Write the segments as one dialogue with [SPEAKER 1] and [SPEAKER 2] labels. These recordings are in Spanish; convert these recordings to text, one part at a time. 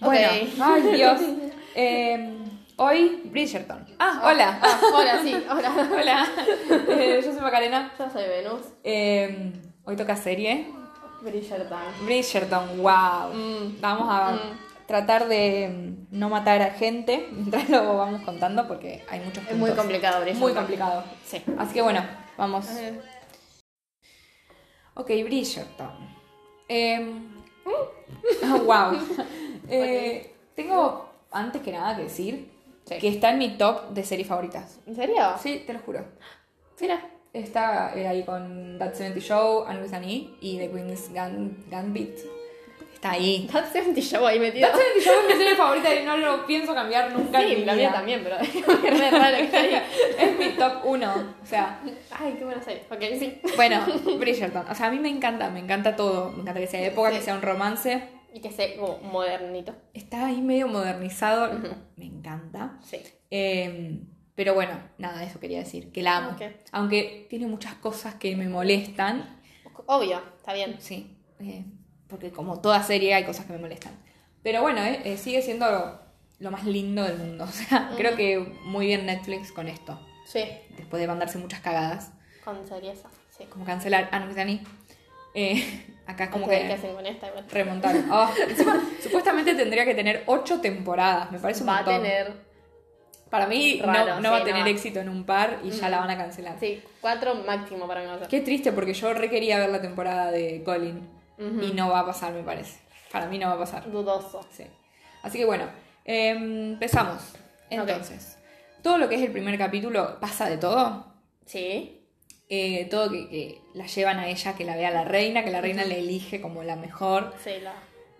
[SPEAKER 1] Bueno,
[SPEAKER 2] Ok.
[SPEAKER 1] ay Dios. Eh, hoy Bridgerton. Ah, hola.
[SPEAKER 2] Ah, hola, sí, hola.
[SPEAKER 1] Hola. Eh, yo soy Macarena.
[SPEAKER 2] Yo soy Venus.
[SPEAKER 1] Eh, hoy toca serie.
[SPEAKER 2] Bridgerton.
[SPEAKER 1] Bridgerton, wow.
[SPEAKER 2] Mm.
[SPEAKER 1] Vamos a tratar de mm, no matar a gente mientras lo vamos contando porque hay muchos
[SPEAKER 2] Es muy
[SPEAKER 1] puntos.
[SPEAKER 2] complicado, Bridgerton.
[SPEAKER 1] Muy complicado.
[SPEAKER 2] Sí.
[SPEAKER 1] Así que bueno, vamos.
[SPEAKER 2] A ver.
[SPEAKER 1] Ok, Bridgerton. Eh,
[SPEAKER 2] Mm.
[SPEAKER 1] wow. Eh, Tengo antes que nada que decir
[SPEAKER 2] Sí.
[SPEAKER 1] que está en mi top de series favoritas.
[SPEAKER 2] ¿En serio?
[SPEAKER 1] Sí, te lo juro.
[SPEAKER 2] Mira.
[SPEAKER 1] Está eh, ahí con That 70 Show, Anne with an E y The Queen's Gun- Gambit. Está ahí.
[SPEAKER 2] That's 70 Show ahí metido.
[SPEAKER 1] That 70 Show es mi serie favorita y no lo pienso cambiar nunca. en
[SPEAKER 2] Sí,
[SPEAKER 1] mi vida.
[SPEAKER 2] la mía también, pero es re raro que esté ahí.
[SPEAKER 1] Es mi top 1. O sea,
[SPEAKER 2] Ay, qué buena serie. Ok, sí.
[SPEAKER 1] bueno, Bridgerton. O sea, a mí me encanta, me encanta todo. Me encanta que sea de época, que
[SPEAKER 2] Sí.
[SPEAKER 1] sea un romance.
[SPEAKER 2] Y que sea como modernito.
[SPEAKER 1] Está ahí medio modernizado. Me encanta.
[SPEAKER 2] Sí.
[SPEAKER 1] Eh, pero bueno, nada, eso quería decir, que la amo.
[SPEAKER 2] Ok.
[SPEAKER 1] Aunque tiene muchas cosas que me molestan.
[SPEAKER 2] Obvio, está bien.
[SPEAKER 1] Sí, eh, porque como toda serie hay cosas que me molestan. Pero bueno, eh, eh, sigue siendo lo, lo más lindo del mundo. O sea, creo que muy bien Netflix con esto.
[SPEAKER 2] Sí.
[SPEAKER 1] Después de mandarse muchas cagadas.
[SPEAKER 2] Con serieza. Sí.
[SPEAKER 1] Como cancelar Ah, a Dani. Eh, acá como
[SPEAKER 2] Antes de
[SPEAKER 1] que...
[SPEAKER 2] ¿Qué hacen con esta? igual.
[SPEAKER 1] Remontar. Ah, encima, supuestamente tendría que tener ocho temporadas. Me parece un
[SPEAKER 2] Va a
[SPEAKER 1] montón.
[SPEAKER 2] tener.
[SPEAKER 1] Para mí no-
[SPEAKER 2] Raro,
[SPEAKER 1] no,
[SPEAKER 2] sí,
[SPEAKER 1] va a
[SPEAKER 2] no
[SPEAKER 1] tener
[SPEAKER 2] va.
[SPEAKER 1] éxito en un par y ya la van a cancelar.
[SPEAKER 2] Sí, cuatro máximo para mí va a ser.
[SPEAKER 1] Qué triste porque yo requería ver la temporada de Colin y no va a pasar, me parece. Para mí no va a pasar.
[SPEAKER 2] Dudoso.
[SPEAKER 1] Sí. Así que bueno, eh, empezamos. Entonces, todo lo que es el primer capítulo pasa de todo.
[SPEAKER 2] Sí.
[SPEAKER 1] Eh, todo que, que la llevan a ella, que la vea la reina, que la reina le elige como la mejor.
[SPEAKER 2] Sí, la,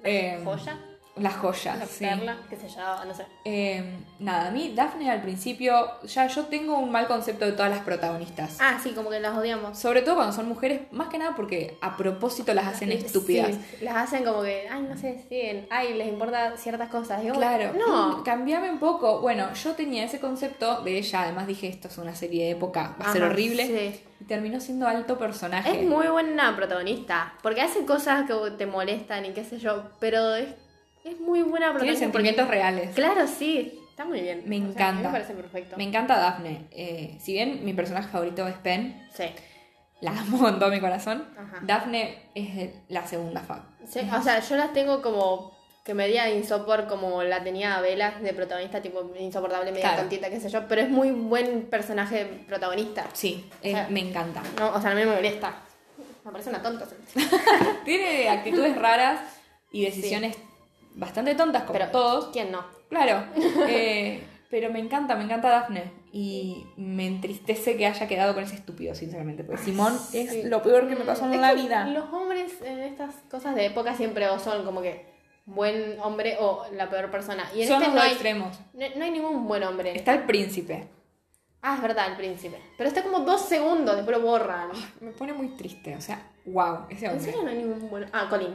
[SPEAKER 2] la
[SPEAKER 1] Eh,
[SPEAKER 2] joya.
[SPEAKER 1] La joya,
[SPEAKER 2] La
[SPEAKER 1] ah, sí.
[SPEAKER 2] perla, qué sé yo, no sé.
[SPEAKER 1] Eh, nada, a mí Daphne al principio, ya yo tengo un mal concepto de todas las protagonistas.
[SPEAKER 2] Ah, sí, como que las odiamos.
[SPEAKER 1] Sobre todo cuando son mujeres, más que nada porque a propósito las hacen estúpidas.
[SPEAKER 2] Sí, las hacen como que, ay, no sé, siguen, ay, les importa ciertas cosas. Digo,
[SPEAKER 1] Claro,
[SPEAKER 2] No.
[SPEAKER 1] Mm, cambiame un poco. Bueno, yo tenía ese concepto de ella, además dije esto es una serie de época, va a ser
[SPEAKER 2] Ajá,
[SPEAKER 1] horrible.
[SPEAKER 2] sí.
[SPEAKER 1] Y terminó siendo alto personaje.
[SPEAKER 2] Es muy buena protagonista, porque hace cosas que te molestan y qué sé yo, pero es, es muy buena
[SPEAKER 1] Tiene
[SPEAKER 2] protagonista. porque-
[SPEAKER 1] sentimientos reales.
[SPEAKER 2] Claro, sí, está muy bien.
[SPEAKER 1] Me
[SPEAKER 2] O sea, a mí
[SPEAKER 1] encanta.
[SPEAKER 2] me parece perfecto.
[SPEAKER 1] Me encanta Daphne. Eh, si bien mi personaje favorito es Pen,
[SPEAKER 2] Sí.
[SPEAKER 1] la amo con todo mi corazón.
[SPEAKER 2] Ajá.
[SPEAKER 1] Daphne es de- la segunda fan.
[SPEAKER 2] Sí, O sea, yo las tengo como que me di a Insopor como la tenía a Velas de protagonista, tipo insoportable, media
[SPEAKER 1] Claro.
[SPEAKER 2] tontita, qué sé yo, pero es muy buen personaje protagonista.
[SPEAKER 1] Sí, eh,
[SPEAKER 2] Claro.
[SPEAKER 1] me encanta.
[SPEAKER 2] No, o sea, a mí me molesta. Me parece una tonta.
[SPEAKER 1] Tiene actitudes raras y decisiones bastante tontas, como
[SPEAKER 2] Pero
[SPEAKER 1] todos.
[SPEAKER 2] ¿Quién no?
[SPEAKER 1] Claro, eh, pero me encanta, me encanta Daphne. Y me entristece que haya quedado con ese estúpido, sinceramente. Porque Simón es lo peor que me pasó en
[SPEAKER 2] Ah, Es
[SPEAKER 1] la
[SPEAKER 2] que
[SPEAKER 1] vida.
[SPEAKER 2] Los hombres en estas cosas de época siempre o son como que buen hombre o la peor persona. Y en
[SPEAKER 1] Son
[SPEAKER 2] este
[SPEAKER 1] los
[SPEAKER 2] no
[SPEAKER 1] dos
[SPEAKER 2] hay,
[SPEAKER 1] extremos.
[SPEAKER 2] no, no hay ningún buen hombre. en
[SPEAKER 1] Está el príncipe.
[SPEAKER 2] este. Ah, es verdad, el príncipe. Pero está como dos segundos, después lo borran.
[SPEAKER 1] Me pone muy triste, o sea, wow, ese
[SPEAKER 2] ¿En
[SPEAKER 1] hombre.
[SPEAKER 2] serio no hay ningún buen Ah, Colin.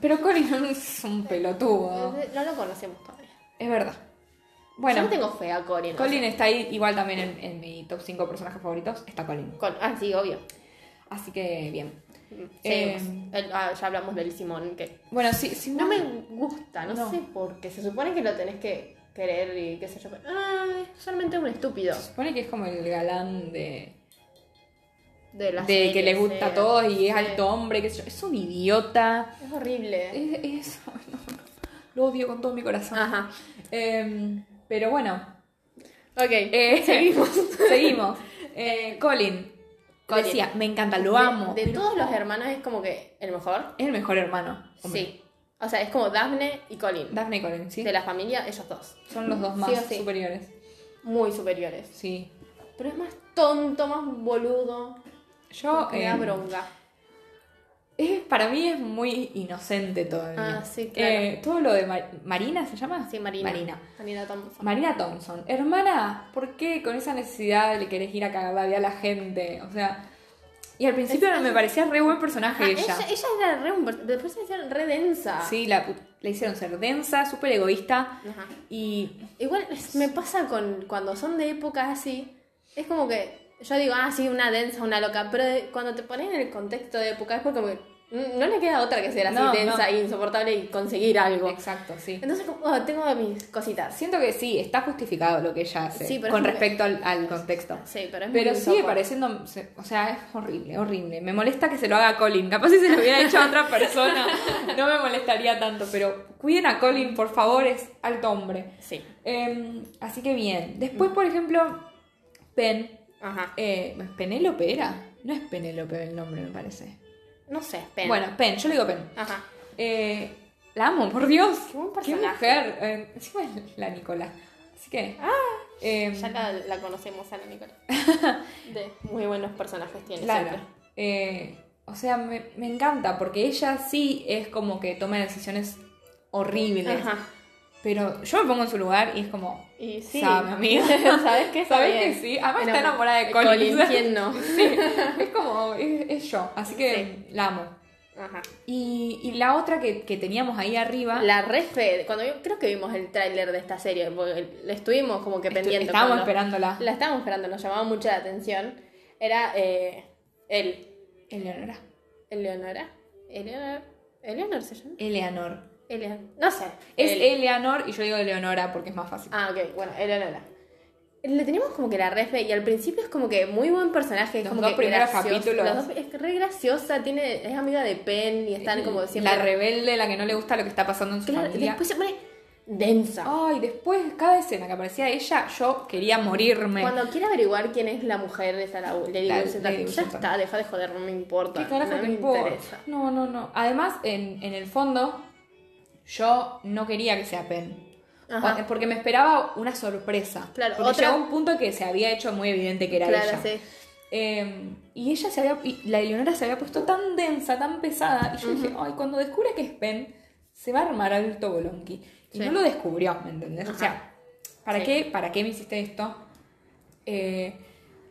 [SPEAKER 1] Pero Colin es un pelotudo.
[SPEAKER 2] No lo conocemos todavía.
[SPEAKER 1] Es verdad.
[SPEAKER 2] Yo
[SPEAKER 1] Bueno,
[SPEAKER 2] no tengo fe a Colin. o sea,
[SPEAKER 1] Colin está ahí, igual también en, en mi top 5 personajes favoritos, está Colin.
[SPEAKER 2] Col- ah, sí, obvio.
[SPEAKER 1] Así que bien.
[SPEAKER 2] Seguimos.
[SPEAKER 1] Eh,
[SPEAKER 2] El- ah, ya hablamos del Simón, que
[SPEAKER 1] Bueno, sí, Simón.
[SPEAKER 2] no me gusta, no,
[SPEAKER 1] No.
[SPEAKER 2] sé por qué. Se supone que lo tenés que querer y qué sé yo. pero, ah, es solamente un estúpido.
[SPEAKER 1] Se supone que es como el galán de,
[SPEAKER 2] De, la
[SPEAKER 1] de
[SPEAKER 2] serie,
[SPEAKER 1] que le gusta
[SPEAKER 2] sí.
[SPEAKER 1] a todos y es
[SPEAKER 2] Sí.
[SPEAKER 1] alto hombre, qué sé yo. Es un idiota.
[SPEAKER 2] Es horrible.
[SPEAKER 1] Es, es- no, no. lo odio con todo mi corazón.
[SPEAKER 2] Ajá.
[SPEAKER 1] Em, pero bueno,
[SPEAKER 2] Ok.
[SPEAKER 1] eh,
[SPEAKER 2] seguimos.
[SPEAKER 1] seguimos. Eh, Colin, como
[SPEAKER 2] Colin.
[SPEAKER 1] decía, me encanta, lo
[SPEAKER 2] De-
[SPEAKER 1] amo.
[SPEAKER 2] De,
[SPEAKER 1] pero
[SPEAKER 2] todos los hermanos es como que el mejor.
[SPEAKER 1] Es el mejor hermano. hombre.
[SPEAKER 2] Sí. O sea, es como Daphne y Colin.
[SPEAKER 1] Daphne y Colin, ¿sí?
[SPEAKER 2] De la familia, ellos dos.
[SPEAKER 1] Son los dos
[SPEAKER 2] Sí
[SPEAKER 1] más
[SPEAKER 2] o sí.
[SPEAKER 1] superiores.
[SPEAKER 2] Muy superiores.
[SPEAKER 1] Sí.
[SPEAKER 2] Pero es más tonto, más boludo.
[SPEAKER 1] Yo,
[SPEAKER 2] Me da
[SPEAKER 1] em,
[SPEAKER 2] bronca.
[SPEAKER 1] es- para mí es muy inocente todavía.
[SPEAKER 2] Ah, sí, claro.
[SPEAKER 1] Eh, todo lo de Ma- Marina, ¿se llama?
[SPEAKER 2] Sí, Marina.
[SPEAKER 1] Marina.
[SPEAKER 2] Marina Thompson.
[SPEAKER 1] Marina Thompson, hermana, ¿por qué con esa necesidad le querés ir a cagar la vida a la gente? O sea, y al principio me parecía re buen personaje
[SPEAKER 2] Ah,
[SPEAKER 1] ella.
[SPEAKER 2] ella. ella era re un pers- Después se hicieron re densa.
[SPEAKER 1] Sí, la, pu- la hicieron ser densa, súper egoísta
[SPEAKER 2] Ajá.
[SPEAKER 1] y
[SPEAKER 2] Igual es- me pasa con cuando son de épocas así. Es como que yo digo, ah, sí, una densa, una loca. Pero de- cuando te pones en el contexto de época es porque como que N- No le queda otra que ser así
[SPEAKER 1] No,
[SPEAKER 2] tensa
[SPEAKER 1] no.
[SPEAKER 2] e insoportable y conseguir algo.
[SPEAKER 1] Exacto, sí.
[SPEAKER 2] Entonces, como, oh, tengo mis cositas.
[SPEAKER 1] Siento que sí, está justificado lo que ella hace
[SPEAKER 2] Sí, pero es
[SPEAKER 1] con
[SPEAKER 2] como que-
[SPEAKER 1] respecto al, al contexto.
[SPEAKER 2] Sí, pero es muy
[SPEAKER 1] Pero sigue
[SPEAKER 2] insoportable.
[SPEAKER 1] pareciendo, se- o sea, es horrible, horrible. Me molesta que se lo haga a Colin. Capaz si se lo hubiera hecho a otra persona, no me molestaría tanto. Pero cuiden a Colin, por favor, es alto hombre.
[SPEAKER 2] Sí.
[SPEAKER 1] Em, así que bien. Después, por ejemplo, Pen.
[SPEAKER 2] Ajá.
[SPEAKER 1] Eh, ¿Penélope era? No es Penélope el nombre, me parece.
[SPEAKER 2] No sé, espera.
[SPEAKER 1] Bueno, Pen, yo le digo Pen.
[SPEAKER 2] Ajá.
[SPEAKER 1] Eh, la amo, por Dios.
[SPEAKER 2] Qué buen personaje.
[SPEAKER 1] mujer. Eh, encima es la Nicola. Así que. em,
[SPEAKER 2] Ah, Ya la, la conocemos a la Nicola. De muy buenos personajes tiene
[SPEAKER 1] Claro.
[SPEAKER 2] siempre.
[SPEAKER 1] Eh, o sea, me, me encanta porque ella sí es como que toma decisiones horribles.
[SPEAKER 2] Ajá.
[SPEAKER 1] Pero yo me pongo en su lugar y es como.
[SPEAKER 2] Y sí.
[SPEAKER 1] Sabe, amiga.
[SPEAKER 2] ¿Sabes qué? Está
[SPEAKER 1] ¿Sabes
[SPEAKER 2] bien.
[SPEAKER 1] que sí? Además
[SPEAKER 2] Pero-
[SPEAKER 1] está enamorada de Colin.
[SPEAKER 2] ¿quién no?
[SPEAKER 1] Sí, es como. Es, es yo. Así que la amo.
[SPEAKER 2] Ajá.
[SPEAKER 1] Y, y la otra que, que teníamos ahí arriba.
[SPEAKER 2] La refe, cuando vi- creo que vimos el tráiler de esta serie, porque le estuvimos como que
[SPEAKER 1] estu-
[SPEAKER 2] pendientes.
[SPEAKER 1] estábamos
[SPEAKER 2] cuando-
[SPEAKER 1] esperándola.
[SPEAKER 2] La estábamos esperando, nos llamaba mucho la atención. Era eh, él,
[SPEAKER 1] Eleonora.
[SPEAKER 2] Eleonora. Eleonor. Eleonor se llama.
[SPEAKER 1] Eleanor.
[SPEAKER 2] Eleonor. No sé.
[SPEAKER 1] Es
[SPEAKER 2] Ele-
[SPEAKER 1] Eleanor y yo digo Eleonora porque es más fácil.
[SPEAKER 2] Ah, ok, bueno, Eleonora. Le tenemos como que la refe y al principio es como que muy buen personaje. Es
[SPEAKER 1] Los
[SPEAKER 2] como
[SPEAKER 1] dos
[SPEAKER 2] que
[SPEAKER 1] primeros
[SPEAKER 2] graciosa,
[SPEAKER 1] capítulos.
[SPEAKER 2] los dos- es re graciosa, tiene, es amiga de Pen y están como siempre.
[SPEAKER 1] Eh, La rebelde, la que no le gusta lo que está pasando en su
[SPEAKER 2] Claro,
[SPEAKER 1] familia. Oh,
[SPEAKER 2] después se pone densa.
[SPEAKER 1] Ay, después cada escena que aparecía ella, yo quería morirme.
[SPEAKER 2] Cuando quiera averiguar quién es la mujer de esa le digo,
[SPEAKER 1] La-
[SPEAKER 2] "Esa-
[SPEAKER 1] Lady
[SPEAKER 2] ya
[SPEAKER 1] Wilson".
[SPEAKER 2] está, deja de joder, no me importa.
[SPEAKER 1] ¿Qué carajo
[SPEAKER 2] no
[SPEAKER 1] te
[SPEAKER 2] me
[SPEAKER 1] importa?
[SPEAKER 2] interesa.
[SPEAKER 1] No, no, no. Además, en, en el fondo, yo no quería que sea Pen.
[SPEAKER 2] Ajá.
[SPEAKER 1] Porque me esperaba una sorpresa.
[SPEAKER 2] Claro,
[SPEAKER 1] porque
[SPEAKER 2] otra-
[SPEAKER 1] llegó un punto que se había hecho muy evidente que era
[SPEAKER 2] Claro,
[SPEAKER 1] ella.
[SPEAKER 2] sí.
[SPEAKER 1] Eh, y ella se había. y la Eleonora se había puesto tan densa, tan pesada. Y yo dije, ay, cuando descubra que es Pen, se va a armar alto bolonqui. Y
[SPEAKER 2] Sí.
[SPEAKER 1] no lo descubrió, ¿me entendés? O
[SPEAKER 2] Ajá.
[SPEAKER 1] sea, ¿para,
[SPEAKER 2] Sí.
[SPEAKER 1] qué, ¿para qué me hiciste esto? Eh,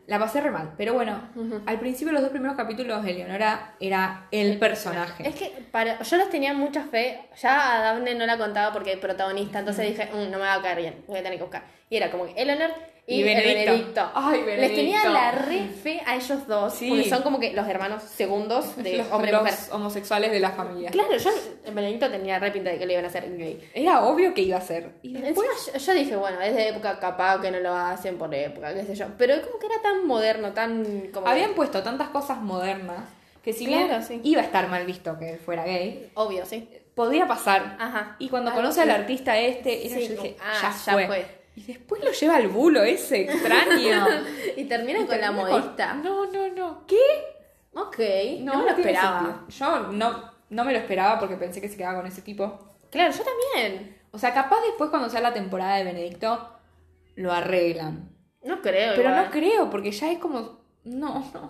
[SPEAKER 1] la pasé re mal. Pero bueno, al principio, los dos primeros capítulos de Eleonora era el personaje.
[SPEAKER 2] Es que para, yo les tenía mucha fe. Ya a Daphne no la contaba porque es protagonista, entonces dije, "Mm, no me va a caer bien, voy a tener que buscar. Y era como que Eleanor y,
[SPEAKER 1] Y
[SPEAKER 2] el
[SPEAKER 1] Benedicto.
[SPEAKER 2] Benedicto.
[SPEAKER 1] Ay,
[SPEAKER 2] Les tenía
[SPEAKER 1] Benedicto.
[SPEAKER 2] la re fe a ellos dos,
[SPEAKER 1] Sí.
[SPEAKER 2] porque son como que los hermanos segundos de
[SPEAKER 1] los,
[SPEAKER 2] hombre y
[SPEAKER 1] los
[SPEAKER 2] mujer.
[SPEAKER 1] homosexuales de la familia.
[SPEAKER 2] Claro, yo el Benedicto tenía re pinta de que le iban a hacer gay.
[SPEAKER 1] Era obvio que iba a ser. Y después-
[SPEAKER 2] Encima yo, yo dije, bueno, es de época capaz que no lo hacen por época, qué sé yo. Pero como que era tan moderno, tan como.
[SPEAKER 1] habían puesto tantas cosas modernas que si bien
[SPEAKER 2] Claro, sí.
[SPEAKER 1] iba a estar mal visto que él fuera gay,
[SPEAKER 2] Obvio, sí.
[SPEAKER 1] podía pasar.
[SPEAKER 2] Ajá.
[SPEAKER 1] Y cuando
[SPEAKER 2] Ah,
[SPEAKER 1] conoce
[SPEAKER 2] sí.
[SPEAKER 1] al artista este, era
[SPEAKER 2] Sí,
[SPEAKER 1] yo dije,
[SPEAKER 2] como, ah,
[SPEAKER 1] ya,
[SPEAKER 2] ya
[SPEAKER 1] fue.
[SPEAKER 2] fue.
[SPEAKER 1] Y después lo lleva al bulo ese extraño.
[SPEAKER 2] Y termina con la
[SPEAKER 1] Termina
[SPEAKER 2] modista.
[SPEAKER 1] No, no, no. ¿Qué?
[SPEAKER 2] Ok, no, me lo
[SPEAKER 1] tiene
[SPEAKER 2] esperaba.
[SPEAKER 1] sentido. Yo no, no me lo esperaba porque pensé que se quedaba con ese tipo.
[SPEAKER 2] Claro, yo también.
[SPEAKER 1] O sea, capaz después cuando sea la temporada de Benedicto, lo arreglan.
[SPEAKER 2] No creo.
[SPEAKER 1] Pero
[SPEAKER 2] igual.
[SPEAKER 1] no creo, porque ya es como. No, no.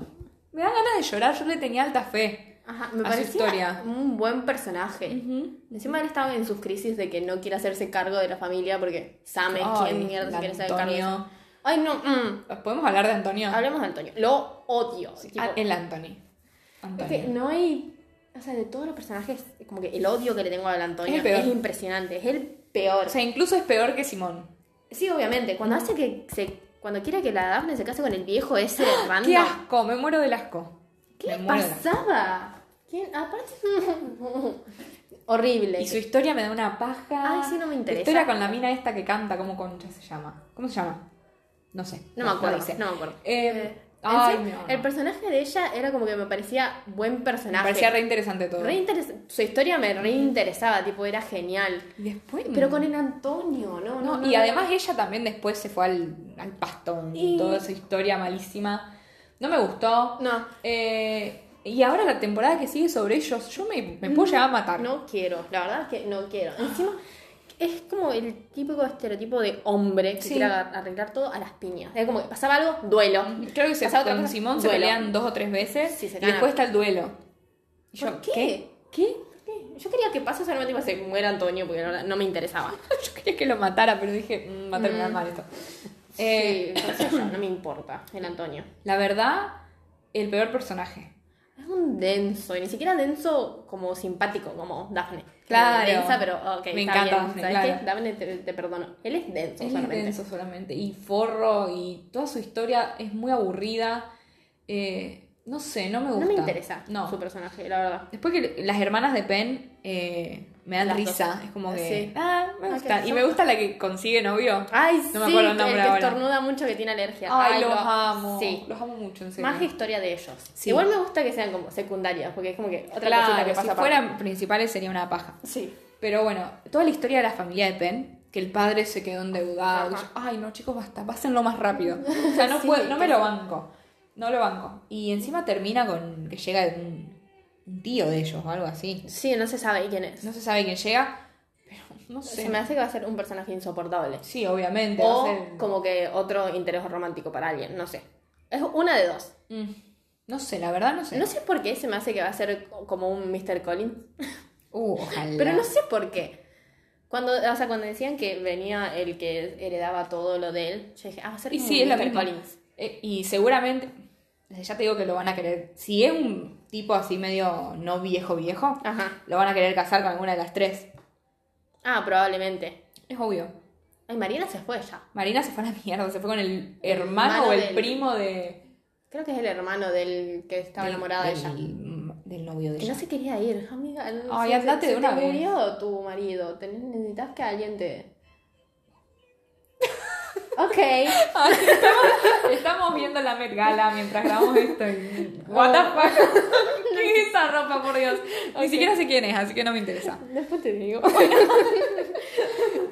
[SPEAKER 1] Me dan ganas de llorar, yo le tenía alta fe.
[SPEAKER 2] Ajá, me
[SPEAKER 1] a su
[SPEAKER 2] parecía
[SPEAKER 1] historia.
[SPEAKER 2] un buen personaje.
[SPEAKER 1] Ujú.
[SPEAKER 2] Encima él estaba en sus crisis de que no quiere hacerse cargo de la familia porque sabe
[SPEAKER 1] Ay,
[SPEAKER 2] quién mierda
[SPEAKER 1] el
[SPEAKER 2] se quiere hacer cargo. de
[SPEAKER 1] Antonio.
[SPEAKER 2] eso. Ay, no. mm.
[SPEAKER 1] ¿Podemos hablar de Antonio?
[SPEAKER 2] Hablemos de Antonio. Lo odio. tipo,
[SPEAKER 1] Ah, el Anthony. Antonio.
[SPEAKER 2] es que no hay. O sea, de todos los personajes, como que el odio que le tengo al Antonio
[SPEAKER 1] Es el
[SPEAKER 2] es,
[SPEAKER 1] peor.
[SPEAKER 2] impresionante. Es el peor.
[SPEAKER 1] O sea, incluso es peor que Simón.
[SPEAKER 2] Sí, obviamente. Cuando hace que se. Cuando quiere que la Daphne se case con el viejo ese random.
[SPEAKER 1] ¡Qué asco! Me muero del asco.
[SPEAKER 2] ¿Qué
[SPEAKER 1] Me
[SPEAKER 2] le
[SPEAKER 1] muero del asco.
[SPEAKER 2] pasaba? ¿Quién? Ah, Aparte. Horrible.
[SPEAKER 1] Y su historia me da una paja.
[SPEAKER 2] Ay, sí, no me
[SPEAKER 1] La
[SPEAKER 2] interesa.
[SPEAKER 1] historia con la mina esta que canta, ¿cómo concha se llama? ¿Cómo se llama? No sé.
[SPEAKER 2] No me acuerdo.
[SPEAKER 1] dice.
[SPEAKER 2] No me acuerdo.
[SPEAKER 1] Eh,
[SPEAKER 2] Eh,
[SPEAKER 1] ay,
[SPEAKER 2] en sí,
[SPEAKER 1] no, no.
[SPEAKER 2] El personaje de ella era como que me parecía
[SPEAKER 1] Me
[SPEAKER 2] buen personaje.
[SPEAKER 1] parecía re interesante todo.
[SPEAKER 2] Re interes- Su historia me reinteresaba, tipo, era genial.
[SPEAKER 1] Y después.
[SPEAKER 2] Pero con el Antonio, ¿no?
[SPEAKER 1] Mm. No,
[SPEAKER 2] no, no,
[SPEAKER 1] y
[SPEAKER 2] no.
[SPEAKER 1] además ella también después se fue al, al pastón.
[SPEAKER 2] Y-
[SPEAKER 1] Toda esa historia malísima. No me gustó.
[SPEAKER 2] No.
[SPEAKER 1] Eh, y ahora la temporada que sigue sobre ellos, yo me, me puedo llegar a matar.
[SPEAKER 2] Mm. No quiero, la verdad es que no quiero. Encima, es como el típico estereotipo de hombre que
[SPEAKER 1] Sí.
[SPEAKER 2] quiere agar- arreglar todo a las piñas. Es como que pasaba algo, duelo.
[SPEAKER 1] Creo que se,
[SPEAKER 2] Pasaba otra
[SPEAKER 1] con
[SPEAKER 2] cosa,
[SPEAKER 1] Simón se
[SPEAKER 2] duelo.
[SPEAKER 1] pelean dos o tres veces
[SPEAKER 2] Sí, se
[SPEAKER 1] y después
[SPEAKER 2] ganan.
[SPEAKER 1] está el duelo. Y
[SPEAKER 2] ¿Por
[SPEAKER 1] yo,
[SPEAKER 2] qué?
[SPEAKER 1] ¿Qué?
[SPEAKER 2] Sí, Yo quería que pase solamente para que se muera Antonio, porque la verdad no me interesaba.
[SPEAKER 1] Yo quería que lo matara, pero dije, mm, va a terminar mal esto. Eh,
[SPEAKER 2] Sí, entonces ya, no me importa el Antonio.
[SPEAKER 1] La verdad, el peor personaje.
[SPEAKER 2] Es un denso, y ni siquiera denso como simpático, como Dafne.
[SPEAKER 1] Claro.
[SPEAKER 2] Densa, pero ok,
[SPEAKER 1] Me
[SPEAKER 2] está
[SPEAKER 1] encanta
[SPEAKER 2] bien.
[SPEAKER 1] Dafne,
[SPEAKER 2] ¿Sabes
[SPEAKER 1] claro.
[SPEAKER 2] qué? Dafne te, te perdono. Él es denso
[SPEAKER 1] Es
[SPEAKER 2] solamente.
[SPEAKER 1] intenso solamente. Y forro, y toda su historia es muy aburrida. Eh, No sé, no me
[SPEAKER 2] No
[SPEAKER 1] gusta.
[SPEAKER 2] me interesa
[SPEAKER 1] No.
[SPEAKER 2] su personaje, la verdad.
[SPEAKER 1] Después que las hermanas de Penn eh, me dan
[SPEAKER 2] Las
[SPEAKER 1] risa.
[SPEAKER 2] dos.
[SPEAKER 1] Es como que.
[SPEAKER 2] Sí.
[SPEAKER 1] Ah, me
[SPEAKER 2] Ah,
[SPEAKER 1] gusta.
[SPEAKER 2] que
[SPEAKER 1] Y
[SPEAKER 2] son- Ah,
[SPEAKER 1] me gusta la que consigue novio.
[SPEAKER 2] Ay,
[SPEAKER 1] No me
[SPEAKER 2] sí,
[SPEAKER 1] acuerdo el
[SPEAKER 2] que- el
[SPEAKER 1] nombre
[SPEAKER 2] que
[SPEAKER 1] ahora.
[SPEAKER 2] estornuda mucho que tiene alergia.
[SPEAKER 1] Ay, los amo.
[SPEAKER 2] Sí.
[SPEAKER 1] Los amo mucho, en serio.
[SPEAKER 2] Más historia de ellos.
[SPEAKER 1] Sí.
[SPEAKER 2] Igual me gusta que sean como secundarias, porque es como que otra
[SPEAKER 1] Claro,
[SPEAKER 2] cosita que pasa
[SPEAKER 1] si
[SPEAKER 2] aparte.
[SPEAKER 1] fueran principales sería una paja.
[SPEAKER 2] Sí.
[SPEAKER 1] Pero bueno, toda la historia de la familia de Penn, que el padre se quedó endeudado. y
[SPEAKER 2] Ajá.
[SPEAKER 1] yo, Ay, no, chicos, basta, pásenlo más rápido. O sea, no,
[SPEAKER 2] Sí,
[SPEAKER 1] puedo- no me
[SPEAKER 2] que-
[SPEAKER 1] lo banco. No lo banco. Y encima termina con que llega un, un tío de ellos o algo así.
[SPEAKER 2] Sí, no se sabe quién es.
[SPEAKER 1] No se sabe quién llega, pero no sé.
[SPEAKER 2] Se me hace que va a ser un personaje insoportable.
[SPEAKER 1] Sí, obviamente. va a
[SPEAKER 2] O
[SPEAKER 1] ser-
[SPEAKER 2] como que otro interés romántico para alguien, no sé. Es una de dos.
[SPEAKER 1] Mm, No sé, la verdad no sé.
[SPEAKER 2] No sé por qué se me hace que va a ser co- como un Mr. Collins.
[SPEAKER 1] Uh, ojalá.
[SPEAKER 2] Pero no sé por qué. Cuando, o sea, cuando decían que venía el que heredaba todo lo de él, yo dije, ah, va a ser
[SPEAKER 1] Y
[SPEAKER 2] como
[SPEAKER 1] sí,
[SPEAKER 2] un
[SPEAKER 1] es la
[SPEAKER 2] Mr.
[SPEAKER 1] misma.
[SPEAKER 2] Collins.
[SPEAKER 1] Eh, y seguramente, desde ya te digo que lo van a querer. Si es un tipo así medio no viejo viejo,
[SPEAKER 2] Ajá.
[SPEAKER 1] lo van a querer casar con alguna de las tres.
[SPEAKER 2] Ah, probablemente.
[SPEAKER 1] Es obvio.
[SPEAKER 2] Ay, Mariela se fue ya.
[SPEAKER 1] Marina se fue a la mierda, se fue con el
[SPEAKER 2] El
[SPEAKER 1] hermano
[SPEAKER 2] hermano
[SPEAKER 1] o el
[SPEAKER 2] del-
[SPEAKER 1] primo de...
[SPEAKER 2] Creo que es el hermano del que estaba
[SPEAKER 1] del-
[SPEAKER 2] enamorado de
[SPEAKER 1] del-
[SPEAKER 2] ella.
[SPEAKER 1] Del novio de
[SPEAKER 2] Que
[SPEAKER 1] ella.
[SPEAKER 2] no se quería ir, amiga. no
[SPEAKER 1] Ay,
[SPEAKER 2] sé,
[SPEAKER 1] andate
[SPEAKER 2] se-
[SPEAKER 1] de
[SPEAKER 2] se
[SPEAKER 1] una
[SPEAKER 2] te
[SPEAKER 1] vez.
[SPEAKER 2] murió tu marido. Tenés- Necesitas que alguien te. ok.
[SPEAKER 1] Ay, estamos, estamos viendo la Met Gala mientras grabamos esto. y- What
[SPEAKER 2] Oh.
[SPEAKER 1] the fuck? ¿Qué es esa ropa, por Dios? Ni siquiera sé quién es, así que no me interesa.
[SPEAKER 2] Después te digo.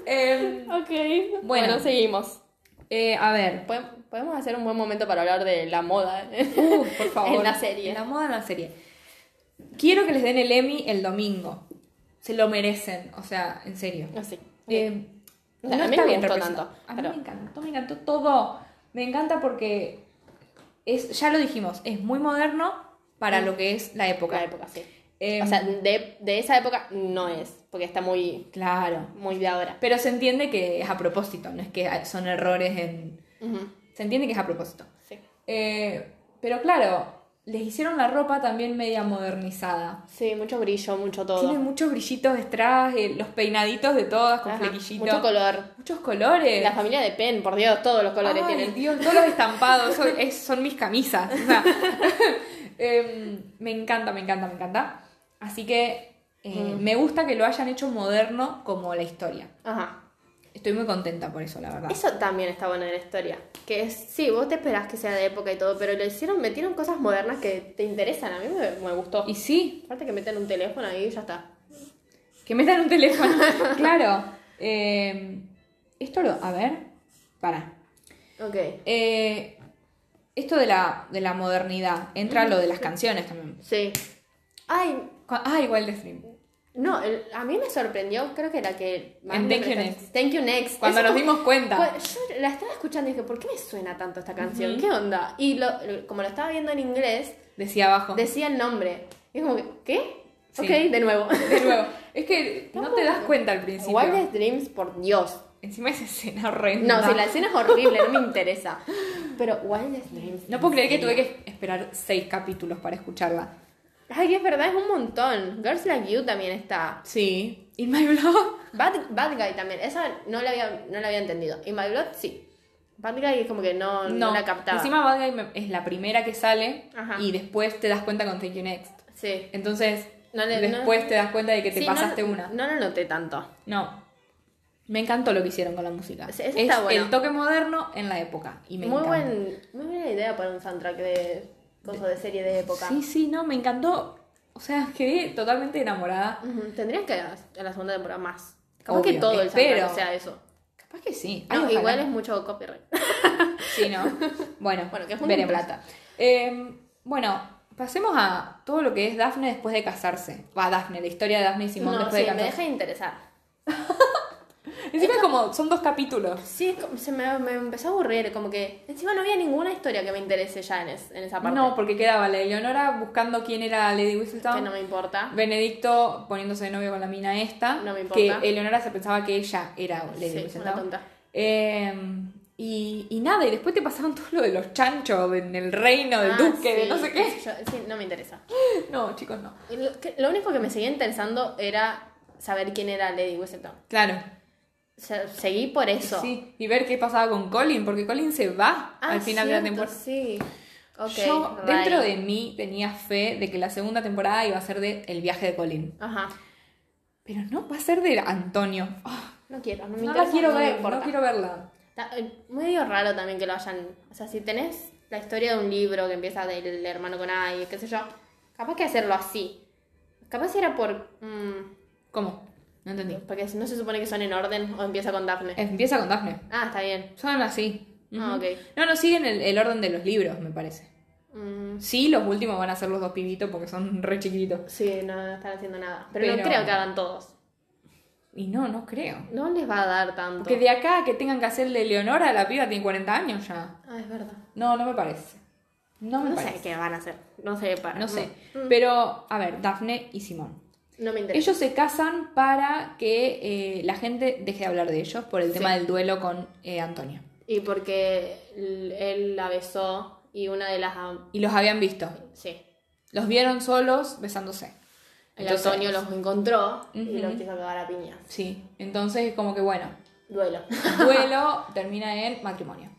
[SPEAKER 1] Em,
[SPEAKER 2] ok. Bueno,
[SPEAKER 1] Bueno.
[SPEAKER 2] seguimos.
[SPEAKER 1] eh, a ver.
[SPEAKER 2] Podem- Podemos hacer un buen momento para hablar de la moda. ¿eh?
[SPEAKER 1] Uh, por favor.
[SPEAKER 2] En la serie.
[SPEAKER 1] En la moda en la serie. Quiero que les den el Emmy el domingo. Se lo merecen, o sea, en serio.
[SPEAKER 2] Así.
[SPEAKER 1] Eh,
[SPEAKER 2] O sea, a mí no me gustó
[SPEAKER 1] representado.
[SPEAKER 2] tanto,
[SPEAKER 1] A mí
[SPEAKER 2] pero-
[SPEAKER 1] me encantó, me encantó todo. Me encanta porque es, ya lo dijimos, es muy moderno para lo que es la época.
[SPEAKER 2] La época, sí.
[SPEAKER 1] Em,
[SPEAKER 2] Mm. O sea, de, de esa época no es, porque está muy,
[SPEAKER 1] claro.
[SPEAKER 2] muy de ahora.
[SPEAKER 1] Pero se entiende que es a propósito, no es que hay- son errores en.
[SPEAKER 2] Ujú,
[SPEAKER 1] Se entiende que es a propósito.
[SPEAKER 2] Sí.
[SPEAKER 1] Eh, pero claro, les hicieron la ropa también media modernizada.
[SPEAKER 2] Sí, mucho brillo, mucho todo.
[SPEAKER 1] Tienen muchos brillitos detrás, eh, los peinaditos de todas con
[SPEAKER 2] Ajá,
[SPEAKER 1] flequillitos.
[SPEAKER 2] Mucho color.
[SPEAKER 1] Muchos colores.
[SPEAKER 2] La familia de Penn, por Dios, todos los colores
[SPEAKER 1] Ay,
[SPEAKER 2] tienen.
[SPEAKER 1] Dios, todos los estampados son, es- son mis camisas. o sea. Em, me encanta, me encanta, me encanta. Así que eh,
[SPEAKER 2] Mm.
[SPEAKER 1] me gusta que lo hayan hecho moderno como la historia.
[SPEAKER 2] Ajá.
[SPEAKER 1] Estoy muy contenta por eso, la verdad.
[SPEAKER 2] Eso también está bueno de la historia. Que es, sí, vos te esperás que sea de época y todo, pero lo hicieron, metieron cosas modernas que te interesan. A mí me, me gustó.
[SPEAKER 1] Y sí,
[SPEAKER 2] Falta que metan un teléfono ahí y ya está.
[SPEAKER 1] que metan un teléfono. claro. Em, esto lo. A ver. Para.
[SPEAKER 2] Ok.
[SPEAKER 1] Eh, esto de la, de la modernidad. Entra lo de las canciones también.
[SPEAKER 2] Sí. Ay,
[SPEAKER 1] Cu- Ah, igual de stream.
[SPEAKER 2] no, el- a mí me sorprendió, creo que era que... más
[SPEAKER 1] En
[SPEAKER 2] me
[SPEAKER 1] Thank You
[SPEAKER 2] prestó-
[SPEAKER 1] Next.
[SPEAKER 2] Thank You Next.
[SPEAKER 1] Cuando
[SPEAKER 2] Eso
[SPEAKER 1] nos
[SPEAKER 2] como-
[SPEAKER 1] dimos cuenta.
[SPEAKER 2] Pues, yo la estaba escuchando y dije, ¿por qué me suena tanto esta canción? ¿Qué onda? Y lo- lo- como lo estaba viendo en inglés,
[SPEAKER 1] Decía abajo.
[SPEAKER 2] decía el nombre. Y es como que, ¿qué?
[SPEAKER 1] Sí.
[SPEAKER 2] Ok, de nuevo.
[SPEAKER 1] De nuevo, es que no te das cuenta al principio.
[SPEAKER 2] Wildest Dreams, por Dios.
[SPEAKER 1] Encima esa escena horrenda.
[SPEAKER 2] No, si la escena es horrible, no me interesa. Pero Wildest Dreams.
[SPEAKER 1] No puedo creer que tuve que esperar seis capítulos para escucharla.
[SPEAKER 2] Ay, es verdad, es un montón. Girls Like You también está.
[SPEAKER 1] Sí. In My Blood.
[SPEAKER 2] Bad, Bad Guy también. Esa no la había, no la había entendido. Y My Blood, sí. Bad Guy es como que no, no, la captaba.
[SPEAKER 1] Encima Bad Guy me- es la primera que sale
[SPEAKER 2] Ajá.
[SPEAKER 1] y después te das cuenta con Thank You Next.
[SPEAKER 2] Sí.
[SPEAKER 1] Entonces,
[SPEAKER 2] No le-
[SPEAKER 1] después
[SPEAKER 2] no-
[SPEAKER 1] te das cuenta de que te
[SPEAKER 2] Sí, no-
[SPEAKER 1] pasaste una.
[SPEAKER 2] No lo noté tanto.
[SPEAKER 1] No. Me encantó lo que hicieron con la música.
[SPEAKER 2] Sí, eso está
[SPEAKER 1] es
[SPEAKER 2] bueno.
[SPEAKER 1] el toque moderno en la época. Y me
[SPEAKER 2] muy,
[SPEAKER 1] encanta.
[SPEAKER 2] buen, muy buena idea para un soundtrack de cosas de serie de época.
[SPEAKER 1] Sí, sí, no, me encantó. O sea, quedé totalmente enamorada.
[SPEAKER 2] Ujú, Tendrían que en la segunda temporada más. Capaz que
[SPEAKER 1] Obvio,
[SPEAKER 2] todo el
[SPEAKER 1] espero.
[SPEAKER 2] soundtrack sea eso.
[SPEAKER 1] Capaz que sí. Ay,
[SPEAKER 2] No,
[SPEAKER 1] ojalá.
[SPEAKER 2] igual es mucho copyright.
[SPEAKER 1] Sí, ¿no? Bueno,
[SPEAKER 2] Bueno, que es un
[SPEAKER 1] veremos.
[SPEAKER 2] plata.
[SPEAKER 1] Eh, bueno, pasemos a todo lo que es Daphne después de casarse. Va, Daphne, la historia de Daphne y Simón
[SPEAKER 2] No,
[SPEAKER 1] después
[SPEAKER 2] sí,
[SPEAKER 1] de
[SPEAKER 2] me
[SPEAKER 1] casarse.
[SPEAKER 2] deja de interesar.
[SPEAKER 1] Encima es como, son dos capítulos.
[SPEAKER 2] Sí, es como- se me, me empezó a aburrir, como que encima no había ninguna historia que me interese ya en, es- en esa parte.
[SPEAKER 1] No, porque quedaba la Eleonora buscando quién era Lady
[SPEAKER 2] que
[SPEAKER 1] Whistledown.
[SPEAKER 2] no me importa.
[SPEAKER 1] Benedicto poniéndose de novio con la mina esta.
[SPEAKER 2] No me importa.
[SPEAKER 1] Que Eleonora se pensaba que ella era Lady
[SPEAKER 2] Sí,
[SPEAKER 1] Whistledown.
[SPEAKER 2] una tonta.
[SPEAKER 1] Eh, y, y nada, y después te pasaban todo lo de los chanchos en el reino del
[SPEAKER 2] Ah,
[SPEAKER 1] duque, de
[SPEAKER 2] sí,
[SPEAKER 1] no sé qué.
[SPEAKER 2] yo- sí, no me interesa.
[SPEAKER 1] No, chicos, no.
[SPEAKER 2] Y Lo, que- lo único que me seguía interesando era saber quién era Lady Whistledown.
[SPEAKER 1] Claro.
[SPEAKER 2] O sea, seguí por eso.
[SPEAKER 1] Sí, y ver qué pasaba con Colin, porque Colin se va
[SPEAKER 2] Ah,
[SPEAKER 1] al final de la
[SPEAKER 2] cierto,
[SPEAKER 1] temporada.
[SPEAKER 2] Sí. Ok,
[SPEAKER 1] Yo
[SPEAKER 2] right.
[SPEAKER 1] dentro de mí tenía fe de que la segunda temporada iba a ser de El viaje de Colin.
[SPEAKER 2] Ajá.
[SPEAKER 1] Pero no va a ser de Antonio. Ah,
[SPEAKER 2] No quiero, no
[SPEAKER 1] no
[SPEAKER 2] me interesa,
[SPEAKER 1] la quiero
[SPEAKER 2] no me
[SPEAKER 1] ver,
[SPEAKER 2] importa.
[SPEAKER 1] no quiero verla.
[SPEAKER 2] Está, eh, medio raro también que lo hayan. O sea, si tenés la historia de un libro que empieza del hermano con A y qué sé yo, capaz que hacerlo así. Capaz si era por. mm,
[SPEAKER 1] ¿Cómo? No entendí.
[SPEAKER 2] porque no se supone que son en orden o empieza con Daphne.
[SPEAKER 1] Empieza con Daphne.
[SPEAKER 2] Ah, está bien.
[SPEAKER 1] Son así.
[SPEAKER 2] Ah,
[SPEAKER 1] Ujú.
[SPEAKER 2] ok.
[SPEAKER 1] No, no siguen el, el orden de los libros, me parece.
[SPEAKER 2] Mm,
[SPEAKER 1] Sí, los últimos van a ser los dos pibitos porque son re chiquititos.
[SPEAKER 2] sí, no, no están haciendo nada. Pero, no
[SPEAKER 1] Pero-
[SPEAKER 2] creo que hagan todos.
[SPEAKER 1] Y no, no creo.
[SPEAKER 2] No les va a dar tanto.
[SPEAKER 1] Porque de acá a que tengan que hacer de Leonora, la piba tiene 40 años ya.
[SPEAKER 2] Ah, es verdad.
[SPEAKER 1] No, no me parece. No me
[SPEAKER 2] No
[SPEAKER 1] parece.
[SPEAKER 2] sé qué van a hacer. No sé para.
[SPEAKER 1] No sé.
[SPEAKER 2] mm,
[SPEAKER 1] Pero, a ver, Daphne y Simón.
[SPEAKER 2] No me interesa.
[SPEAKER 1] Ellos se casan para que eh, la gente deje de hablar de ellos por el tema del duelo con eh, Antonia.
[SPEAKER 2] Y porque l- él la besó y una de las. am-
[SPEAKER 1] Y los habían visto.
[SPEAKER 2] Sí.
[SPEAKER 1] Los vieron solos besándose.
[SPEAKER 2] El
[SPEAKER 1] Entonces-
[SPEAKER 2] Antonio los encontró y
[SPEAKER 1] Ujú.
[SPEAKER 2] los quiso cagar a piñas.
[SPEAKER 1] Sí. Entonces, como que bueno,
[SPEAKER 2] Duelo.
[SPEAKER 1] duelo termina en matrimonio.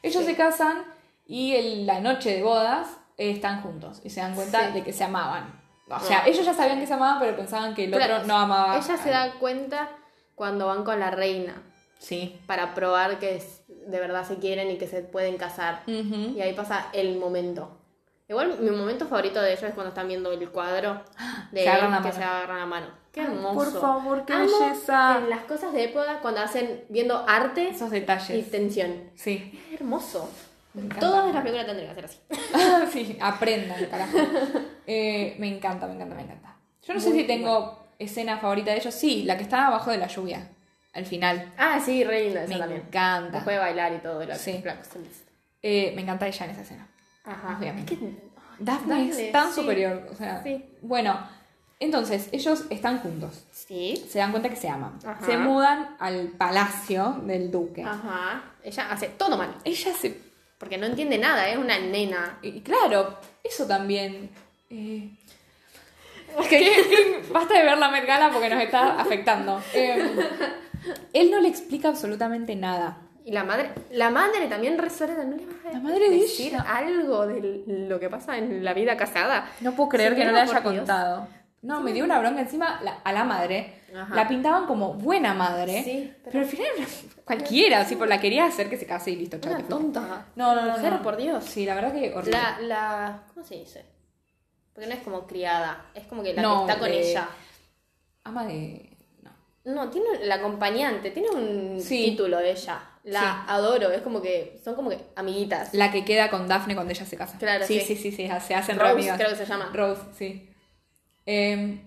[SPEAKER 1] Ellos se casan y en la noche de bodas eh, están juntos y se dan cuenta
[SPEAKER 2] Sí.
[SPEAKER 1] de que se amaban. O sea, ellos ya sabían que se amaban, pero pensaban que el otro
[SPEAKER 2] Claro,
[SPEAKER 1] no amaba.
[SPEAKER 2] Ella se
[SPEAKER 1] a-
[SPEAKER 2] da cuenta cuando van con la reina
[SPEAKER 1] Sí.
[SPEAKER 2] para probar que es- de verdad se quieren y que se pueden casar.
[SPEAKER 1] Ujú.
[SPEAKER 2] Y ahí pasa el momento. Igual mi momento favorito de ellos es cuando están viendo el cuadro de
[SPEAKER 1] Se agarran
[SPEAKER 2] él
[SPEAKER 1] la
[SPEAKER 2] que
[SPEAKER 1] mano.
[SPEAKER 2] se agarran la mano. Qué
[SPEAKER 1] Ay,
[SPEAKER 2] hermoso.
[SPEAKER 1] por favor, qué
[SPEAKER 2] Amo
[SPEAKER 1] belleza.
[SPEAKER 2] En las cosas de época cuando hacen viendo arte
[SPEAKER 1] Esos
[SPEAKER 2] y
[SPEAKER 1] detalles.
[SPEAKER 2] tensión.
[SPEAKER 1] Sí.
[SPEAKER 2] Qué hermoso.
[SPEAKER 1] Me encanta. Ah,
[SPEAKER 2] Todas las películas tendrían que ser así.
[SPEAKER 1] sí, aprendan, carajo. Eh, me encanta, me encanta, me encanta. Yo no sé
[SPEAKER 2] Muy
[SPEAKER 1] si tengo escena favorita de ellos. Sí, la que está abajo de la lluvia, al final.
[SPEAKER 2] Ah, sí, re lindo eso
[SPEAKER 1] me
[SPEAKER 2] también.
[SPEAKER 1] encanta.
[SPEAKER 2] Después de bailar y todo. y los
[SPEAKER 1] Sí.
[SPEAKER 2] blancos celestes.
[SPEAKER 1] Eh, me encanta ella en esa escena.
[SPEAKER 2] Ajá.
[SPEAKER 1] Obviamente.
[SPEAKER 2] Es que-
[SPEAKER 1] Daphne,
[SPEAKER 2] Daphne,
[SPEAKER 1] es tan
[SPEAKER 2] sí.
[SPEAKER 1] superior. o sea,
[SPEAKER 2] Sí.
[SPEAKER 1] Bueno, entonces, ellos están juntos.
[SPEAKER 2] Sí.
[SPEAKER 1] Se dan cuenta que se aman.
[SPEAKER 2] Ajá. Ah.
[SPEAKER 1] Se mudan al palacio del duque.
[SPEAKER 2] Ajá. Ella hace todo mal.
[SPEAKER 1] Ella se...
[SPEAKER 2] Porque no entiende nada, es una nena.
[SPEAKER 1] y claro, eso también... eh, que- que basta de ver la mergala porque nos está afectando. Eh, él no le explica absolutamente nada.
[SPEAKER 2] Y la madre, la madre también resuelve, ¿no le vas a
[SPEAKER 1] La madre de
[SPEAKER 2] decir
[SPEAKER 1] ella.
[SPEAKER 2] algo de lo que pasa en la vida casada?
[SPEAKER 1] No puedo creer que no le
[SPEAKER 2] Señora,
[SPEAKER 1] haya
[SPEAKER 2] por Dios.
[SPEAKER 1] contado. No, me dio una bronca encima la- a la madre.
[SPEAKER 2] Ajá.
[SPEAKER 1] La pintaban como buena madre.
[SPEAKER 2] Sí,
[SPEAKER 1] pero...
[SPEAKER 2] pero-
[SPEAKER 1] al final cualquiera, así por la quería hacer que se case y listo, chao, te
[SPEAKER 2] Una
[SPEAKER 1] fuiste.
[SPEAKER 2] tonta.
[SPEAKER 1] No, no, no,
[SPEAKER 2] Mujer,
[SPEAKER 1] no.
[SPEAKER 2] por Dios.
[SPEAKER 1] Sí, la verdad que horrible.
[SPEAKER 2] La, la, ¿cómo se dice? Porque no es como criada, es como que la
[SPEAKER 1] No,
[SPEAKER 2] que está con
[SPEAKER 1] eh,
[SPEAKER 2] ella.
[SPEAKER 1] Ama de. No.
[SPEAKER 2] No, tiene la acompañante, tiene un
[SPEAKER 1] Sí.
[SPEAKER 2] título ella. La
[SPEAKER 1] Sí.
[SPEAKER 2] adoro, es como que son como que amiguitas.
[SPEAKER 1] La que queda con Daphne cuando ella se casa.
[SPEAKER 2] Claro,
[SPEAKER 1] sí. Sí,
[SPEAKER 2] sí.
[SPEAKER 1] sí, sí, se hacen re
[SPEAKER 2] Rose,
[SPEAKER 1] amigas.
[SPEAKER 2] creo que se llama.
[SPEAKER 1] Rose, sí. Eh,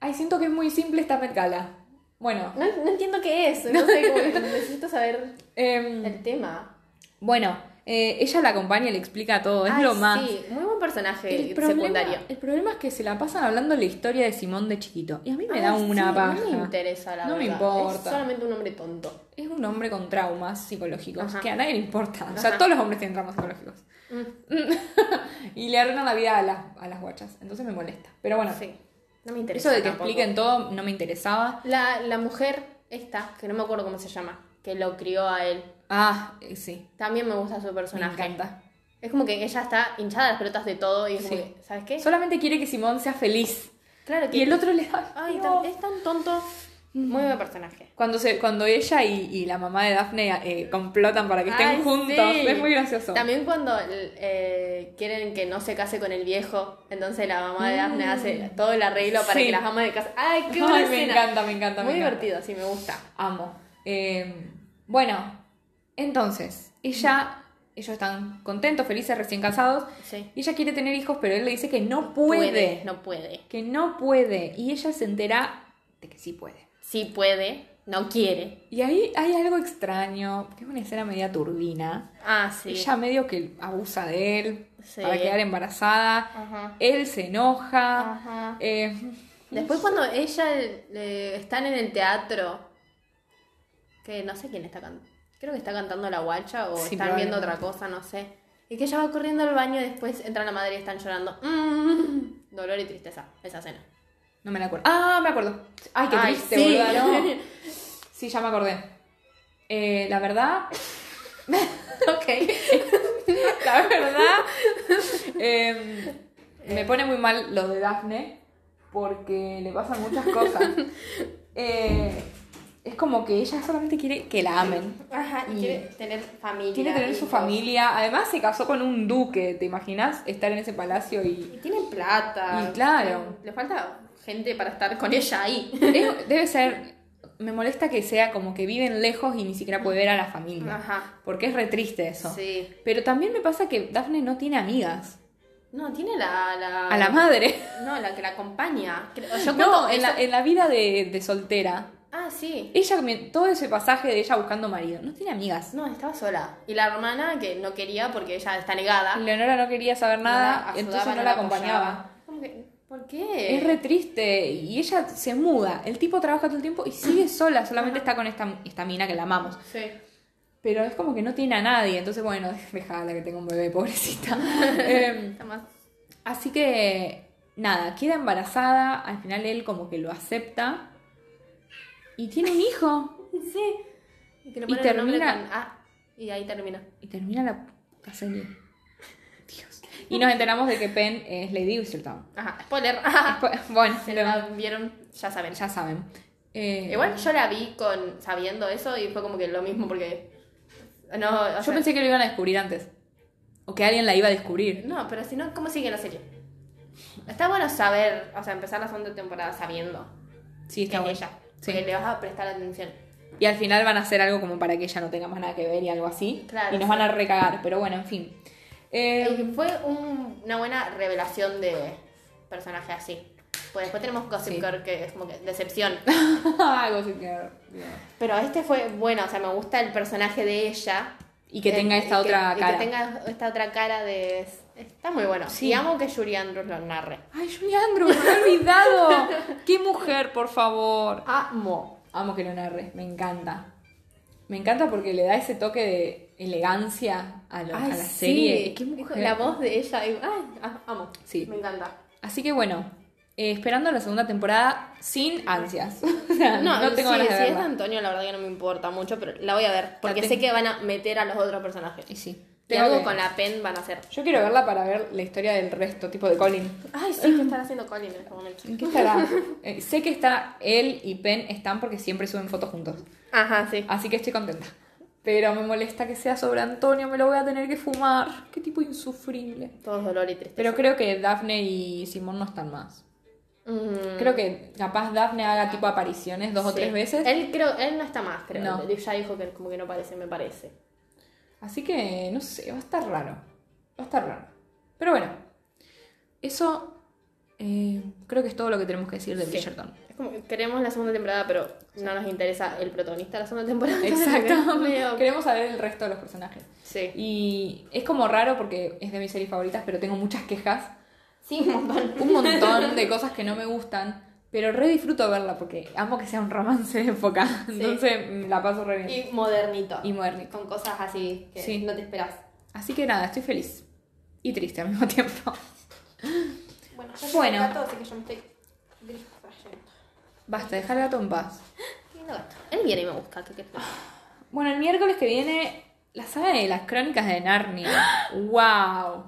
[SPEAKER 1] ay, siento que es muy simple esta mercala. Bueno,
[SPEAKER 2] No, no entiendo qué es, no sé, como que necesito saber
[SPEAKER 1] em,
[SPEAKER 2] el tema.
[SPEAKER 1] bueno, eh, ella la acompaña y le explica todo, es
[SPEAKER 2] Ay,
[SPEAKER 1] lo más.
[SPEAKER 2] Sí, muy buen personaje
[SPEAKER 1] El
[SPEAKER 2] secundario.
[SPEAKER 1] problema, el problema es que se la pasan hablando la historia de Simón de chiquito. Y a mí me da
[SPEAKER 2] Ay,
[SPEAKER 1] una
[SPEAKER 2] sí,
[SPEAKER 1] paja.
[SPEAKER 2] No me interesa, la
[SPEAKER 1] No me
[SPEAKER 2] verdad.
[SPEAKER 1] importa.
[SPEAKER 2] Es solamente un hombre tonto.
[SPEAKER 1] Es un hombre con traumas psicológicos
[SPEAKER 2] Ajá.
[SPEAKER 1] que a nadie le importa. O sea,
[SPEAKER 2] Ajá.
[SPEAKER 1] todos los hombres tienen traumas psicológicos.
[SPEAKER 2] Mm,
[SPEAKER 1] y le arruinan la vida a las, a las guachas. Entonces me molesta. Pero bueno,
[SPEAKER 2] Sí, no me interesa.
[SPEAKER 1] eso de que
[SPEAKER 2] tampoco.
[SPEAKER 1] expliquen todo no me interesaba.
[SPEAKER 2] La, la mujer esta, que no me acuerdo cómo se llama, que lo crió a él.
[SPEAKER 1] Ah, eh, sí.
[SPEAKER 2] También me gusta su
[SPEAKER 1] Me
[SPEAKER 2] personaje.
[SPEAKER 1] encanta.
[SPEAKER 2] Es como que ella está hinchada de las pelotas de todo y es como
[SPEAKER 1] Sí.
[SPEAKER 2] que, ¿sabes qué?
[SPEAKER 1] Solamente quiere que Simón sea feliz.
[SPEAKER 2] Claro que.
[SPEAKER 1] Y el otro le da.
[SPEAKER 2] Ay,
[SPEAKER 1] no.
[SPEAKER 2] tan- es tan tonto. Muy buen personaje.
[SPEAKER 1] Cuando, se, cuando ella y, y la mamá de Daphne eh, complotan para que estén
[SPEAKER 2] Ay,
[SPEAKER 1] juntos,
[SPEAKER 2] sí.
[SPEAKER 1] es muy gracioso.
[SPEAKER 2] También cuando eh, quieren que no se case con el viejo, entonces la mamá de Daphne hace todo el arreglo para
[SPEAKER 1] Sí.
[SPEAKER 2] que las amas de casa. ¡Ay, qué
[SPEAKER 1] Ay,
[SPEAKER 2] buena
[SPEAKER 1] me
[SPEAKER 2] escena!
[SPEAKER 1] encanta, me encanta.
[SPEAKER 2] Muy
[SPEAKER 1] me encanta.
[SPEAKER 2] divertido, sí, me gusta.
[SPEAKER 1] Amo. Eh, bueno, entonces, ella, ellos están contentos, felices, recién casados.
[SPEAKER 2] Sí.
[SPEAKER 1] Y ella quiere tener hijos, pero él le dice que no puede.
[SPEAKER 2] No puede.
[SPEAKER 1] Que no puede. Y ella se entera de que sí puede.
[SPEAKER 2] Sí puede, no quiere.
[SPEAKER 1] Y ahí hay algo extraño, que es una escena media turbina.
[SPEAKER 2] Ah, sí.
[SPEAKER 1] Ella medio que abusa de él
[SPEAKER 2] Sí.
[SPEAKER 1] para quedar embarazada.
[SPEAKER 2] Ajá.
[SPEAKER 1] Él se enoja.
[SPEAKER 2] Ajá.
[SPEAKER 1] Eh,
[SPEAKER 2] Después cuando ella eh, están en el teatro, que no sé quién está cantando, creo que está cantando la guacha o
[SPEAKER 1] Sí,
[SPEAKER 2] están
[SPEAKER 1] probablemente.
[SPEAKER 2] viendo otra cosa, no sé. Y que ella va corriendo al baño y después entra la madre y están llorando. Mm, dolor y tristeza, esa escena.
[SPEAKER 1] no me la acuerdo. Ah, me acuerdo. Ay, qué
[SPEAKER 2] Ay,
[SPEAKER 1] triste,
[SPEAKER 2] sí.
[SPEAKER 1] boluda, no. Sí, ya me acordé. Eh, la verdad, ok. La verdad. em, me pone muy mal lo de Daphne porque le pasan muchas cosas. Eh, es como que ella solamente quiere que la amen.
[SPEAKER 2] Ajá, y
[SPEAKER 1] Y-
[SPEAKER 2] quiere tener familia.
[SPEAKER 1] Quiere tener su
[SPEAKER 2] hijos.
[SPEAKER 1] familia. Además se casó con un duque, ¿te imaginas? Estar en ese palacio y...
[SPEAKER 2] Y tiene plata.
[SPEAKER 1] Y claro.
[SPEAKER 2] Le falta gente para estar con ella ahí.
[SPEAKER 1] Es- Debe ser... Me molesta que sea como que viven lejos y ni siquiera puede ver a la familia.
[SPEAKER 2] Ajá.
[SPEAKER 1] Porque es re triste eso.
[SPEAKER 2] Sí.
[SPEAKER 1] Pero también me pasa que Daphne no tiene amigas.
[SPEAKER 2] No, tiene la. la
[SPEAKER 1] A la madre.
[SPEAKER 2] No, la que la acompaña. Creo- Ah. Yo cuento
[SPEAKER 1] No, en
[SPEAKER 2] eso-
[SPEAKER 1] la, en la vida de, de soltera.
[SPEAKER 2] Ah, sí.
[SPEAKER 1] Ella, todo ese pasaje de ella buscando marido, no tiene amigas.
[SPEAKER 2] No, estaba sola. Y la hermana que no quería porque ella está negada.
[SPEAKER 1] Leonora no quería saber
[SPEAKER 2] No
[SPEAKER 1] nada,
[SPEAKER 2] ayudaba,
[SPEAKER 1] entonces no la acompañaba.
[SPEAKER 2] apoyaba. Como que, ¿Por qué?
[SPEAKER 1] Es re triste y ella se muda. El tipo trabaja todo el tiempo y sigue sola, solamente está con esta, esta mina que la amamos.
[SPEAKER 2] Sí.
[SPEAKER 1] Pero es como que no tiene a nadie, entonces bueno, dejala que tenga un bebé, pobrecita. Em,
[SPEAKER 2] Está más-
[SPEAKER 1] Así que, nada, queda embarazada, al final él como que lo acepta y tiene un hijo.
[SPEAKER 2] Sí. Y, que le
[SPEAKER 1] Y
[SPEAKER 2] ponen el nombre
[SPEAKER 1] termina-
[SPEAKER 2] con A, y ahí termina.
[SPEAKER 1] Y termina la, la serie. Dios. Y nos enteramos de que Penn es Lady Whistledown.
[SPEAKER 2] Ajá. Spoiler.
[SPEAKER 1] Después- bueno,
[SPEAKER 2] Se
[SPEAKER 1] lo-
[SPEAKER 2] la vieron, ya saben.
[SPEAKER 1] ya saben. Eh,
[SPEAKER 2] ah. Igual yo la vi con sabiendo eso y fue como que lo mismo porque. No, o
[SPEAKER 1] yo
[SPEAKER 2] sea,
[SPEAKER 1] pensé que lo iban a descubrir antes. O que alguien la iba a descubrir.
[SPEAKER 2] No, pero si no, ¿cómo sigue la serie? Está bueno saber, o sea, empezar la segunda temporada sabiendo
[SPEAKER 1] Sí,
[SPEAKER 2] que
[SPEAKER 1] está
[SPEAKER 2] es
[SPEAKER 1] bueno.
[SPEAKER 2] ella.
[SPEAKER 1] Sí.
[SPEAKER 2] Porque le vas a prestar atención.
[SPEAKER 1] Y al final van a hacer algo como para que ella no tenga más nada que ver y algo así.
[SPEAKER 2] Claro,
[SPEAKER 1] y nos
[SPEAKER 2] sí.
[SPEAKER 1] van a recagar, pero bueno, en fin. Eh,
[SPEAKER 2] Eh, fue un- una buena revelación de personaje así. Pues después tenemos Gossip
[SPEAKER 1] Sí.
[SPEAKER 2] Girl, que es como que decepción.
[SPEAKER 1] algo así que-
[SPEAKER 2] Pero este fue bueno, o sea, me gusta el personaje de ella.
[SPEAKER 1] Y que
[SPEAKER 2] Eh,
[SPEAKER 1] tenga esta
[SPEAKER 2] y que-
[SPEAKER 1] otra
[SPEAKER 2] y
[SPEAKER 1] cara.
[SPEAKER 2] que tenga esta otra cara de. Está muy bueno.
[SPEAKER 1] Sí.
[SPEAKER 2] Y amo que Julie Andrews lo narre.
[SPEAKER 1] Ay, Julie Andrews, me he olvidado. Qué mujer, por favor.
[SPEAKER 2] Amo.
[SPEAKER 1] Amo que lo narre, me encanta. Me encanta porque le da ese toque de elegancia a, lo- a la serie. Qué mujer.
[SPEAKER 2] La voz de ella. digo, ay, a- amo.
[SPEAKER 1] Sí.
[SPEAKER 2] Me encanta.
[SPEAKER 1] Así que bueno, eh, esperando la segunda temporada sin ansias. O sea, no, tengo ganas
[SPEAKER 2] sí,
[SPEAKER 1] de
[SPEAKER 2] si es de
[SPEAKER 1] verla.
[SPEAKER 2] Antonio, la verdad que no me importa mucho, pero la voy a ver. Porque sé
[SPEAKER 1] tengo.
[SPEAKER 2] que van a meter a los otros personajes.
[SPEAKER 1] Y sí.
[SPEAKER 2] Y
[SPEAKER 1] Tengo
[SPEAKER 2] algo
[SPEAKER 1] que-
[SPEAKER 2] con la pen van a hacer.
[SPEAKER 1] Yo quiero verla para ver la historia del resto, tipo de Colin.
[SPEAKER 2] Ay, sí, que están haciendo Colin en este momento.
[SPEAKER 1] ¿En qué estará? Eh, sé que está él y Penn están porque siempre suben fotos juntos.
[SPEAKER 2] Ajá, sí.
[SPEAKER 1] Así que estoy contenta. Pero me molesta que sea sobre Antonio, me lo voy a tener que fumar. Qué tipo insufrible.
[SPEAKER 2] Todos dolor y tristeza.
[SPEAKER 1] Pero creo que Daphne y Simón no están más.
[SPEAKER 2] Mm,
[SPEAKER 1] Creo que capaz Daphne haga tipo apariciones dos o
[SPEAKER 2] sí.
[SPEAKER 1] tres veces.
[SPEAKER 2] Él creo, él no está más, creo.
[SPEAKER 1] No.
[SPEAKER 2] Ya dijo que como que no parece, me parece.
[SPEAKER 1] Así que, no sé, va a estar raro. Va a estar raro. Pero bueno, eso eh, creo que es todo lo que tenemos que decir de
[SPEAKER 2] Sí.
[SPEAKER 1] Bridgerton.
[SPEAKER 2] Es como que queremos la segunda temporada, pero no nos interesa el protagonista de la segunda temporada.
[SPEAKER 1] Exacto.
[SPEAKER 2] Medio-
[SPEAKER 1] Queremos saber el resto de los personajes.
[SPEAKER 2] Sí.
[SPEAKER 1] Y es como raro porque es de mis series favoritas, pero tengo muchas quejas.
[SPEAKER 2] Sí, un montón.
[SPEAKER 1] un montón de cosas que no me gustan, pero re disfruto verla porque amo que sea un romance de época. Entonces mm, la paso re bien.
[SPEAKER 2] Y modernito.
[SPEAKER 1] Y, modernito.
[SPEAKER 2] con cosas así que
[SPEAKER 1] Sí.
[SPEAKER 2] no te esperas.
[SPEAKER 1] Así que nada, estoy feliz. Y triste al mismo tiempo.
[SPEAKER 2] Bueno,
[SPEAKER 1] yo Bueno. tengo gato,
[SPEAKER 2] así que yo me estoy
[SPEAKER 1] Basta, dejar al gato en paz.
[SPEAKER 2] Él viene y me busca, ¿qué querés?
[SPEAKER 1] Bueno, el miércoles que viene, la saga de las crónicas de Narnia. ¡Wow!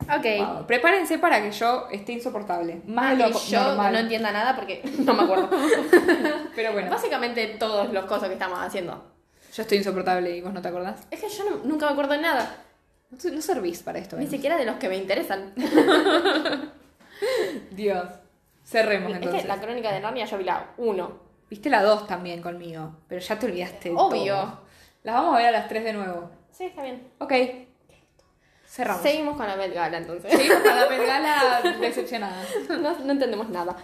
[SPEAKER 2] Ok.
[SPEAKER 1] Wow. Prepárense para que yo esté insoportable. Más
[SPEAKER 2] Ah,
[SPEAKER 1] de lo
[SPEAKER 2] y yo
[SPEAKER 1] normal.
[SPEAKER 2] no entienda nada porque no me acuerdo.
[SPEAKER 1] Pero bueno,
[SPEAKER 2] Básicamente todos los cosas que estamos haciendo.
[SPEAKER 1] yo estoy insoportable y vos no te acordás.
[SPEAKER 2] Es que yo no- nunca me acuerdo de nada.
[SPEAKER 1] No, no servís para esto. ¿eh?
[SPEAKER 2] Ni
[SPEAKER 1] Emi.
[SPEAKER 2] siquiera de los que me interesan.
[SPEAKER 1] Dios. Cerremos
[SPEAKER 2] Es
[SPEAKER 1] entonces.
[SPEAKER 2] que la crónica de Narnia yo vi la 1.
[SPEAKER 1] Viste la 2 también conmigo, pero ya te olvidaste. de
[SPEAKER 2] Obvio.
[SPEAKER 1] todo. Las vamos a ver a las 3 de nuevo.
[SPEAKER 2] Sí, está bien.
[SPEAKER 1] Ok. Cerramos.
[SPEAKER 2] Seguimos con la Met Gala entonces.
[SPEAKER 1] Seguimos con la Met Gala decepcionada.
[SPEAKER 2] No, no entendemos nada.